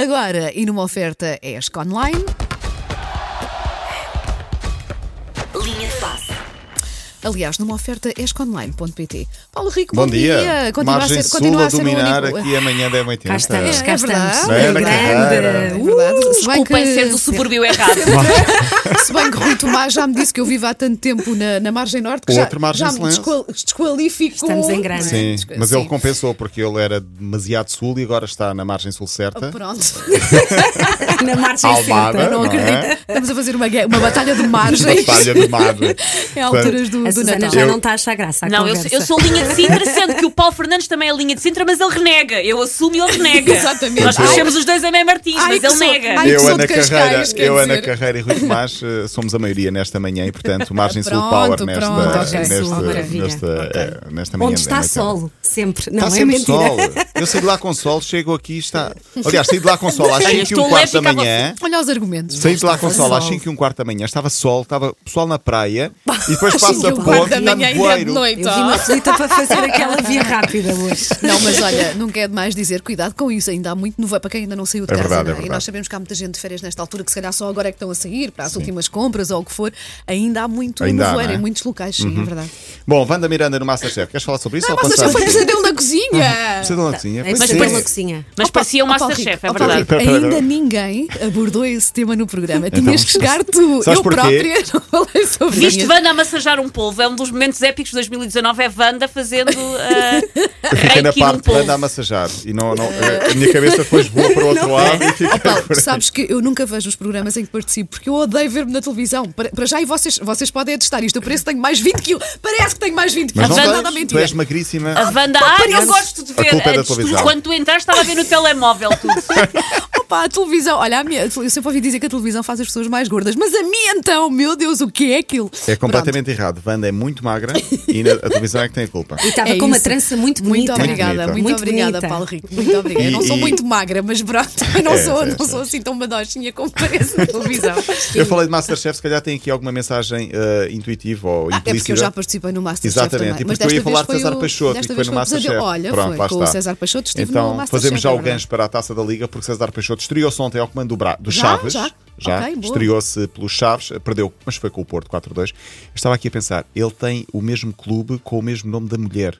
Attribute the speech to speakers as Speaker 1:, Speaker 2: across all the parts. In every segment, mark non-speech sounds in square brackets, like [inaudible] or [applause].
Speaker 1: Agora, e numa oferta ESC Online,
Speaker 2: Linha de passe.
Speaker 1: aliás, numa oferta esconline.pt. Paulo Rico, bom,
Speaker 3: Bom dia.
Speaker 1: Continua
Speaker 3: Margem
Speaker 1: a ser,
Speaker 3: sul
Speaker 1: continua
Speaker 3: a
Speaker 1: a ser
Speaker 3: dominar
Speaker 1: o único.
Speaker 3: aqui amanhã da noite.
Speaker 4: Cá estamos, cá
Speaker 1: é
Speaker 4: estamos.
Speaker 1: verdade. Não
Speaker 3: era
Speaker 4: Grande.
Speaker 3: carreira.
Speaker 4: Uh,
Speaker 1: É verdade. Se bem
Speaker 2: Desculpem
Speaker 1: que-
Speaker 2: ser do
Speaker 1: [laughs]
Speaker 2: subúrbio errado.
Speaker 1: Se bem que o Rui Tomás já me disse que eu vivo há tanto tempo na, na Margem Norte que já,
Speaker 3: Outro margem
Speaker 1: já me
Speaker 3: silêncio.
Speaker 1: desqual- desqualificou.
Speaker 4: Estamos em grande.
Speaker 3: Sim,
Speaker 1: Desqua-
Speaker 3: mas
Speaker 1: sim.
Speaker 3: ele compensou porque ele era demasiado sul e agora está na margem sul certa. [laughs]
Speaker 1: Pronto,
Speaker 4: Na margem
Speaker 3: Almada,
Speaker 4: certa.
Speaker 1: não
Speaker 3: Não é?
Speaker 1: acredito. Estamos a fazer uma, gue- uma batalha de margens. [laughs]
Speaker 3: Batalha de margem.
Speaker 1: É alturas do,
Speaker 4: A
Speaker 1: do
Speaker 4: Susana
Speaker 1: Natal.
Speaker 4: já
Speaker 3: Eu-
Speaker 4: não está a achar graça. à
Speaker 2: Não, eu, sou-
Speaker 4: conversa.
Speaker 2: eu sou linha de Sintra, sendo que o Paulo Fernandes também é linha de Sintra, mas ele renega. Eu assumo e ele renega.
Speaker 1: Exatamente.
Speaker 2: Nós
Speaker 3: Portanto, eu-
Speaker 2: puxamos os dois a Mem Martins,
Speaker 1: Ai,
Speaker 2: mas
Speaker 1: que
Speaker 2: ele
Speaker 1: sou-
Speaker 2: nega.
Speaker 1: Ai, que
Speaker 3: Eu,
Speaker 1: sou
Speaker 3: Ana
Speaker 1: de Cascais,
Speaker 3: Carreira,
Speaker 1: quer
Speaker 3: eu, Ana
Speaker 1: dizer.
Speaker 3: Carreira e Rui Tomás eh, somos a maioria nesta manhã e, portanto, Margem Sul
Speaker 1: Pronto,
Speaker 3: Power nesta,
Speaker 1: pronto,
Speaker 4: ok,
Speaker 3: neste-
Speaker 4: sul, maravilha.
Speaker 3: nesta, eh, nesta manhã.
Speaker 4: um Onde está
Speaker 3: da noite.
Speaker 4: sol, sempre. Não
Speaker 3: Está
Speaker 4: é
Speaker 3: sempre
Speaker 4: mentira.
Speaker 3: sol. Eu saí de lá com sol, chego aqui e está. Aliás, saí de lá com sol às
Speaker 2: Olha,
Speaker 3: 5 e
Speaker 2: estou
Speaker 3: um quarto
Speaker 2: alérgica
Speaker 3: da
Speaker 2: a
Speaker 3: manhã.
Speaker 1: Olha os argumentos.
Speaker 3: Saí de lá com sol
Speaker 4: sol.
Speaker 3: às 5 e um quarto da manhã, estava sol, estava pessoal
Speaker 1: [laughs]
Speaker 3: na praia e depois
Speaker 1: Às cinco
Speaker 3: passa
Speaker 1: e
Speaker 3: a
Speaker 1: um quarto
Speaker 3: ponte
Speaker 1: da
Speaker 3: e está
Speaker 1: manhã e é de
Speaker 3: nevoeiro.
Speaker 1: noite.
Speaker 4: Eu vi
Speaker 1: ó.
Speaker 4: uma flita para [laughs] fazer aquela via rápida hoje.
Speaker 1: Não, mas olha, nunca é demais dizer, cuidado com isso, ainda há muito novo para quem ainda não saiu de
Speaker 3: É
Speaker 1: casa.
Speaker 3: verdade,
Speaker 1: não
Speaker 3: é
Speaker 1: E
Speaker 3: verdade.
Speaker 1: nós sabemos que há muita gente de férias nesta altura que se calhar só agora é que estão a sair para as últimas compras ou o que for. Ainda há muito
Speaker 3: Ainda há,
Speaker 1: nevoeiro
Speaker 3: não é?
Speaker 1: em muitos locais, sim, é verdade.
Speaker 3: Bom, Wanda Miranda no Masterchef, queres falar sobre isso?
Speaker 1: Ah,
Speaker 3: ou
Speaker 1: mas já
Speaker 3: passamos?
Speaker 1: foi pesadelo na cozinha!
Speaker 3: Precisa de uma cozinha?
Speaker 4: Mas
Speaker 3: Pois
Speaker 4: depois
Speaker 3: é.
Speaker 4: na cozinha.
Speaker 2: Mas
Speaker 1: Ó,
Speaker 2: parecia um
Speaker 1: ó, Paulo
Speaker 2: Masterchef,
Speaker 1: Rico,
Speaker 2: é
Speaker 1: ó, Paulo
Speaker 2: verdade.
Speaker 1: Rico,
Speaker 3: Pera, pera,
Speaker 1: Ainda
Speaker 3: pera.
Speaker 1: ninguém abordou esse tema no programa.
Speaker 3: Então,
Speaker 1: Tinhas que chegar tu.
Speaker 3: sabes
Speaker 1: Eu
Speaker 3: porquê?
Speaker 1: própria [laughs] não falei sobre
Speaker 2: Viste
Speaker 1: isso.
Speaker 2: Wanda a massajar um polvo. É um dos momentos épicos de 2019. É Wanda fazendo
Speaker 1: [laughs]
Speaker 2: ah,
Speaker 3: Eu fiquei na
Speaker 1: um
Speaker 2: reiki num
Speaker 3: parte de
Speaker 2: polvo.
Speaker 3: Wanda a massajar e
Speaker 1: [laughs]
Speaker 3: não, não, a minha cabeça depois voa para o outro lado
Speaker 1: é.
Speaker 3: e fica.
Speaker 1: Paulo, sabes que eu nunca vejo os programas em que participo porque eu odeio ver-me na televisão. Para, para já, e vocês, vocês podem atestar isto. Eu pareço que tenho mais 20 quilos. Parece que tenho mais 20
Speaker 3: Mas
Speaker 1: quilos. é
Speaker 2: Wanda
Speaker 3: não
Speaker 1: Nada
Speaker 2: dá
Speaker 3: tens, tu
Speaker 1: mentira.
Speaker 3: és magríssima.
Speaker 2: A Wanda, ah, eu gosto de
Speaker 3: A
Speaker 2: ver.
Speaker 3: culpa é da
Speaker 2: antes tu-
Speaker 3: televisão.
Speaker 2: Quando tu entraste, estava a ver no telemóvel
Speaker 1: [laughs]
Speaker 2: tudo.
Speaker 1: Opa, a televisão. Olha, a minha, eu sempre ouvi dizer que a televisão faz as pessoas mais gordas. Mas a minha, então, meu Deus, o que é aquilo?
Speaker 3: É completamente errado. Wanda é
Speaker 1: [laughs]
Speaker 3: muito magra e na- a televisão é que tem a culpa.
Speaker 4: E estava
Speaker 1: É
Speaker 4: com uma
Speaker 1: isso.
Speaker 4: trança muito bonita.
Speaker 1: Muito obrigada,
Speaker 3: bonita.
Speaker 1: muito,
Speaker 4: Muito
Speaker 1: obrigada,
Speaker 4: bonita.
Speaker 1: Paulo Rico. [laughs] Muito obrigada. Eu não
Speaker 3: E-
Speaker 1: sou
Speaker 3: e-
Speaker 1: muito magra, mas pronto, eu não,
Speaker 3: É,
Speaker 1: sou,
Speaker 3: é,
Speaker 1: não
Speaker 3: é.
Speaker 1: sou assim tão badochinha como parece na [laughs] televisão.
Speaker 3: Eu falei de Masterchef, se calhar tem aqui alguma mensagem eh, intuitiva ou
Speaker 1: Ah, é porque eu já
Speaker 3: implícita.
Speaker 1: participei no Masterchef
Speaker 3: Exatamente,
Speaker 1: também.
Speaker 3: e porque eu ia
Speaker 1: é? vez
Speaker 3: falar de
Speaker 1: foi
Speaker 3: César
Speaker 1: o-
Speaker 3: Peixoto,
Speaker 1: desta
Speaker 3: que foi
Speaker 1: vez
Speaker 3: no
Speaker 1: o pesadelo.
Speaker 3: Masterchef.
Speaker 1: Olha,
Speaker 3: Pronto, lá
Speaker 1: foi com o
Speaker 3: está.
Speaker 1: César Peixoto, estive
Speaker 3: então,
Speaker 1: no Masterchef.
Speaker 3: fazemos já o
Speaker 1: agora.
Speaker 3: gancho para a taça da Liga, porque César Peixoto estreou-se ontem ao comando do, Bra do
Speaker 1: Já?
Speaker 3: Chaves.
Speaker 1: Já? Ok, boa.
Speaker 3: estreou-se pelo Chaves, perdeu, mas foi com o Porto 4-2. Eu estava aqui a pensar, ele tem o mesmo clube com o mesmo nome da mulher.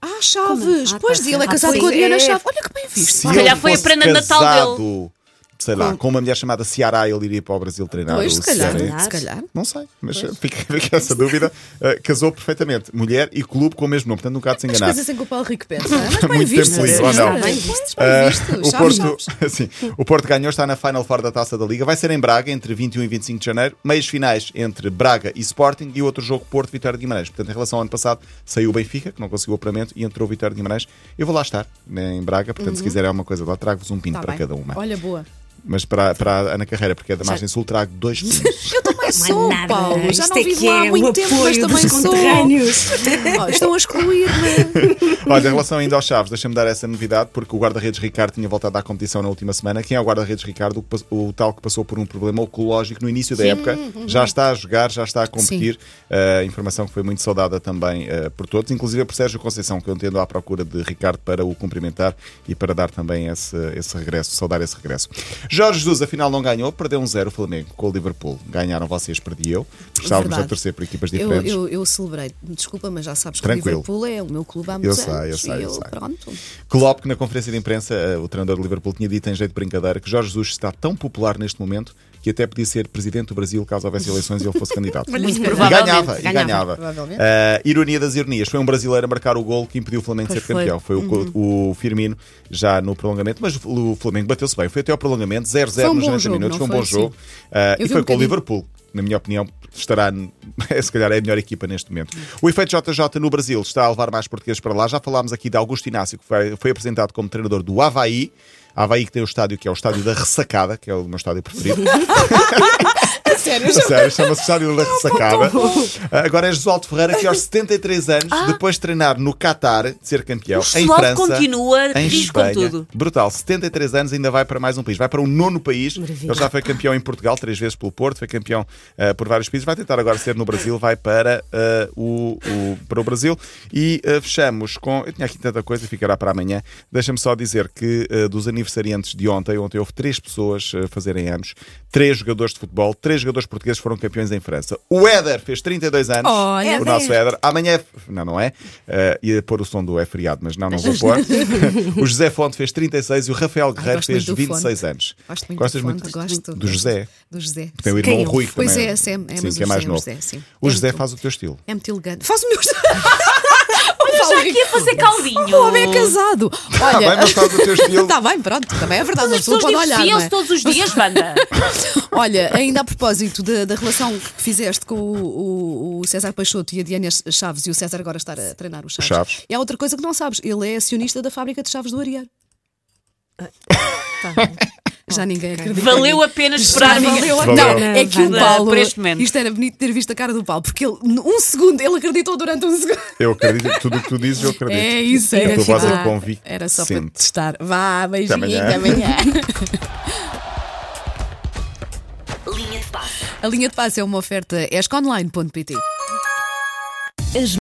Speaker 1: Ah, Chaves!
Speaker 4: Ah,
Speaker 1: pois,
Speaker 4: tá
Speaker 1: e ele é
Speaker 4: certo.
Speaker 1: casado
Speaker 4: Ah,
Speaker 1: com a
Speaker 4: pois
Speaker 1: Diana
Speaker 4: é.
Speaker 1: Chaves. Olha que bem visto.
Speaker 3: Se
Speaker 2: calhar
Speaker 3: ele
Speaker 2: foi a
Speaker 3: fosse
Speaker 2: prenda de Natal
Speaker 3: casado, Sei lá, com uma mulher chamada Ceará, ele iria para o Brasil treinar.
Speaker 1: Pois,
Speaker 3: o
Speaker 1: se calhar,
Speaker 3: Ceará.
Speaker 1: se calhar.
Speaker 3: Não sei, mas fica, fica essa
Speaker 1: [laughs]
Speaker 3: dúvida. Uh, casou perfeitamente. Mulher e clube com o mesmo nome, portanto nunca há de se
Speaker 1: As
Speaker 3: enganar.
Speaker 1: coisas em que o Paulo Rico pensa. é? Mas
Speaker 3: [laughs]
Speaker 1: bem
Speaker 3: Muito
Speaker 1: visto,
Speaker 3: tempo livre,
Speaker 1: senhora.
Speaker 3: ou não?
Speaker 1: Bem visto, bem
Speaker 3: Ah,
Speaker 1: visto.
Speaker 3: o,
Speaker 1: Chaves, Chaves.
Speaker 3: Porto, [laughs] sim, o Porto ganhou, está na Final Four da Taça da Liga. Vai ser em Braga entre 21 e 25 de janeiro. Meias finais entre Braga e Sporting e outro jogo Porto Vitória de Guimarães. Portanto, em relação ao ano passado, saiu o Benfica, que não conseguiu o apuramento, e entrou o Vitória de Guimarães. Eu vou lá estar, né, em Braga. Portanto, se quiser alguma coisa de lá, trago-vos um pino
Speaker 1: Uhum. Tá
Speaker 3: para
Speaker 1: bem.
Speaker 3: cada uma.
Speaker 1: Olha, boa.
Speaker 3: Mas para, para a Ana Carreira, porque é da margem sul, trago
Speaker 1: [laughs]
Speaker 3: dois pinos.
Speaker 1: Eu também
Speaker 4: Não é
Speaker 1: sou,
Speaker 4: nada.
Speaker 1: Paulo. Já
Speaker 4: Isto
Speaker 1: não
Speaker 4: é
Speaker 1: vivo
Speaker 4: que
Speaker 1: lá há
Speaker 4: é
Speaker 1: muito
Speaker 4: o
Speaker 1: tempo,
Speaker 4: apoio
Speaker 1: mas também
Speaker 4: dos
Speaker 1: sou.
Speaker 4: conterrâneos. [laughs]
Speaker 1: Oh, estão a é excluir-me.
Speaker 3: [laughs] Olha, em relação ainda aos Chaves, deixa-me dar essa novidade, porque o guarda-redes Ricardo tinha voltado à competição na última semana. Quem é o guarda-redes Ricardo? O pas- O, tal que passou por um problema oncológico no início da época.
Speaker 1: uhum.
Speaker 3: Já está a jogar, já está a competir. Eh, informação que foi muito saudada também eh, por todos, inclusive por Sérgio Conceição, que eu entendo à procura de Ricardo para o cumprimentar e para dar também esse, esse regresso, saudar esse regresso. Jorge Jesus, afinal, não ganhou, perdeu um zero o Flamengo com o Liverpool. Ganharam vocês, perdi eu. Estávamos
Speaker 1: É Verdade.
Speaker 3: a torcer por equipas
Speaker 1: Eu,
Speaker 3: diferentes.
Speaker 1: eu, eu celebrei. Desculpa, mas já sabes que o
Speaker 3: Tranquilo.
Speaker 1: Liverpool é o meu clube há muitos
Speaker 3: sei, eu
Speaker 1: anos.
Speaker 3: sei,
Speaker 1: e
Speaker 3: eu sei. [laughs]
Speaker 1: Pronto.
Speaker 3: Klopp, que na conferência de imprensa, eh, o treinador do Liverpool tinha dito em jeito de brincadeira que Jorge Jesus está tão popular neste momento que até podia ser presidente do Brasil caso houvesse eleições e ele
Speaker 1: [laughs]
Speaker 3: fosse candidato.
Speaker 2: Muito
Speaker 3: E
Speaker 2: provavelmente.
Speaker 3: ganhava, e ganhava.
Speaker 1: provavelmente.
Speaker 3: Eh, ironia das ironias, foi um brasileiro a marcar o gol que impediu o Flamengo de
Speaker 4: Pois
Speaker 3: ser
Speaker 4: foi.
Speaker 3: campeão. Foi o, co-
Speaker 1: Uhum.
Speaker 3: o Firmino já no prolongamento, mas o Flamengo bateu-se bem. Foi até ao prolongamento, 0-0
Speaker 1: Foi um
Speaker 3: nos
Speaker 1: bom
Speaker 3: 90
Speaker 1: jogo,
Speaker 3: minutos,
Speaker 1: não
Speaker 3: foi um bom
Speaker 1: foi?
Speaker 3: jogo.
Speaker 1: Sim.
Speaker 3: Eh,
Speaker 1: Eu
Speaker 3: e
Speaker 1: vi
Speaker 3: foi
Speaker 1: um
Speaker 3: com o
Speaker 1: bocadinho.
Speaker 3: Liverpool, na minha opinião, estará, se calhar, é a melhor equipa neste momento. O efeito JJ no Brasil está a levar mais portugueses para lá. Já falámos aqui de Augusto Inácio, que foi, foi apresentado como treinador do Havaí. Havaí que tem o estádio que é o estádio da ressacada, que é o meu estádio preferido.
Speaker 1: Sério,
Speaker 3: A sério, chama-se Estádio da Ressacada. Agora é Josualdo Ferreira, que aos 73 anos, depois de treinar no Qatar, de ser campeão,
Speaker 2: O
Speaker 3: em
Speaker 2: Josualdo
Speaker 3: França,
Speaker 2: continua
Speaker 3: em
Speaker 2: rijo com
Speaker 3: Espanha.
Speaker 2: tudo.
Speaker 3: Brutal, 73 anos, ainda vai para mais um país. Vai para um nono país.
Speaker 4: Maravilha.
Speaker 3: Ele já foi campeão em Portugal, três vezes pelo Porto, foi campeão eh, por vários países. Vai tentar agora ser no Brasil, vai para, eh, o, o- para o Brasil. E eh, fechamos com. Eu tinha aqui tanta coisa, ficará para amanhã. Deixa-me só dizer que eh, dos aniversários aniversariantes de ontem. Ontem houve três pessoas eh, a fazerem anos, três jogadores de futebol, três jogadores portugueses foram campeões em França. O Éder fez 32 anos.
Speaker 1: Olha,
Speaker 3: o nosso Éder. Amanhã é. Não, não é. Eh, ia pôr o som do É Feriado, mas não, não vou
Speaker 1: [laughs]
Speaker 3: pôr. o José Fonte fez 36 e o Rafael Guerreiro
Speaker 1: Ah, gosto
Speaker 3: fez
Speaker 1: muito do
Speaker 3: 26
Speaker 1: Fonte.
Speaker 3: anos.
Speaker 1: Gosto muito
Speaker 3: Gostas
Speaker 1: do
Speaker 3: muito
Speaker 1: Fonte, gosto.
Speaker 3: do José?
Speaker 1: do José.
Speaker 3: Tem o
Speaker 1: Sim.
Speaker 3: irmão
Speaker 4: Quem é o-
Speaker 3: Rui que
Speaker 1: Pois
Speaker 3: também
Speaker 1: é, sim, é, mas
Speaker 3: sim,
Speaker 1: o
Speaker 3: que é mais
Speaker 1: José, o
Speaker 3: novo.
Speaker 1: José, sim.
Speaker 3: O
Speaker 1: É
Speaker 3: José
Speaker 1: muito-
Speaker 3: faz o
Speaker 1: [laughs]
Speaker 3: teu estilo.
Speaker 1: É muito elegante. Faz [laughs] o meu. Olha,
Speaker 2: Já aqui a fazer caldinho.
Speaker 1: O homem é casado. Olha,
Speaker 3: Tá bem,
Speaker 1: [laughs]
Speaker 3: mas faz o teu estilo.
Speaker 1: Tá bem, pronto, também é verdade.
Speaker 2: As
Speaker 1: As pessoas
Speaker 2: pessoas
Speaker 1: podem olhar. não
Speaker 2: divorciam-se
Speaker 1: é?
Speaker 2: todos os
Speaker 1: [laughs]
Speaker 2: dias, Wanda.
Speaker 1: Olha, ainda a propósito da, da relação que fizeste com o, o- o César Peixoto e a Diana Chaves e o César agora estar a treinar o Chaves.
Speaker 3: Chaves.
Speaker 1: E há outra coisa que não sabes: ele é acionista da fábrica de Chaves do Ariar. [laughs]
Speaker 2: Ah,
Speaker 1: Já ninguém acredita.
Speaker 2: tá Valeu a pena esperar.
Speaker 1: Já
Speaker 2: Valeu.
Speaker 1: valeu a
Speaker 3: Valeu.
Speaker 1: Não, é que o
Speaker 2: Valeu.
Speaker 1: Paulo.
Speaker 2: Por este momento.
Speaker 1: Isto era bonito ter visto a cara do Paulo, porque ele, um segundo, ele acreditou durante um segundo.
Speaker 3: Eu acredito, que tudo o que tu dizes eu acredito.
Speaker 1: É isso,
Speaker 3: A
Speaker 1: era
Speaker 3: tua voz
Speaker 1: ficar.
Speaker 3: é convicta.
Speaker 1: Era só para
Speaker 3: Sempre.
Speaker 1: testar. Vá, beijinho,
Speaker 3: Até amanhã.
Speaker 1: até amanhã.
Speaker 5: Linha de passe.
Speaker 1: A linha de passe é uma oferta esconline.pt.